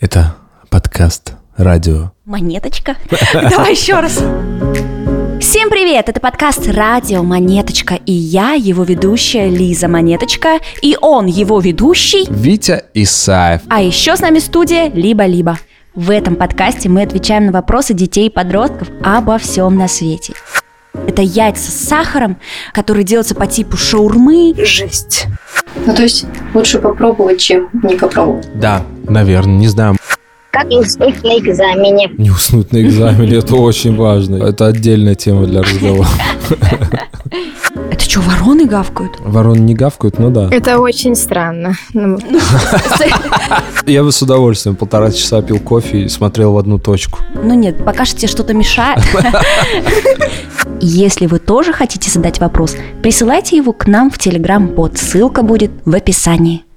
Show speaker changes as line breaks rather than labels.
Это подкаст радио.
Монеточка. Давай еще раз. Всем привет! Это подкаст «Радио Монеточка» и я, его ведущая Лиза Монеточка, и он, его ведущий,
Витя Исаев.
а еще с нами студия «Либо-либо». В этом подкасте мы отвечаем на вопросы детей и подростков обо всем на свете. Это яйца с сахаром, которые делаются по типу шаурмы.
Жесть.
Ну, то есть лучше попробовать, чем не попробовать.
Да, наверное, не знаю.
Как не успеть на экзамене?
Не уснуть на экзамене, это очень важно. Это отдельная тема для разговора.
Это что, вороны гавкают?
Вороны не гавкают, ну да.
Это очень странно. Ну,
Я бы с удовольствием полтора часа пил кофе и смотрел в одну точку.
Ну нет, пока что тебе что-то мешает. Если вы тоже хотите задать вопрос, присылайте его к нам в Телеграм-бот. Ссылка будет в описании.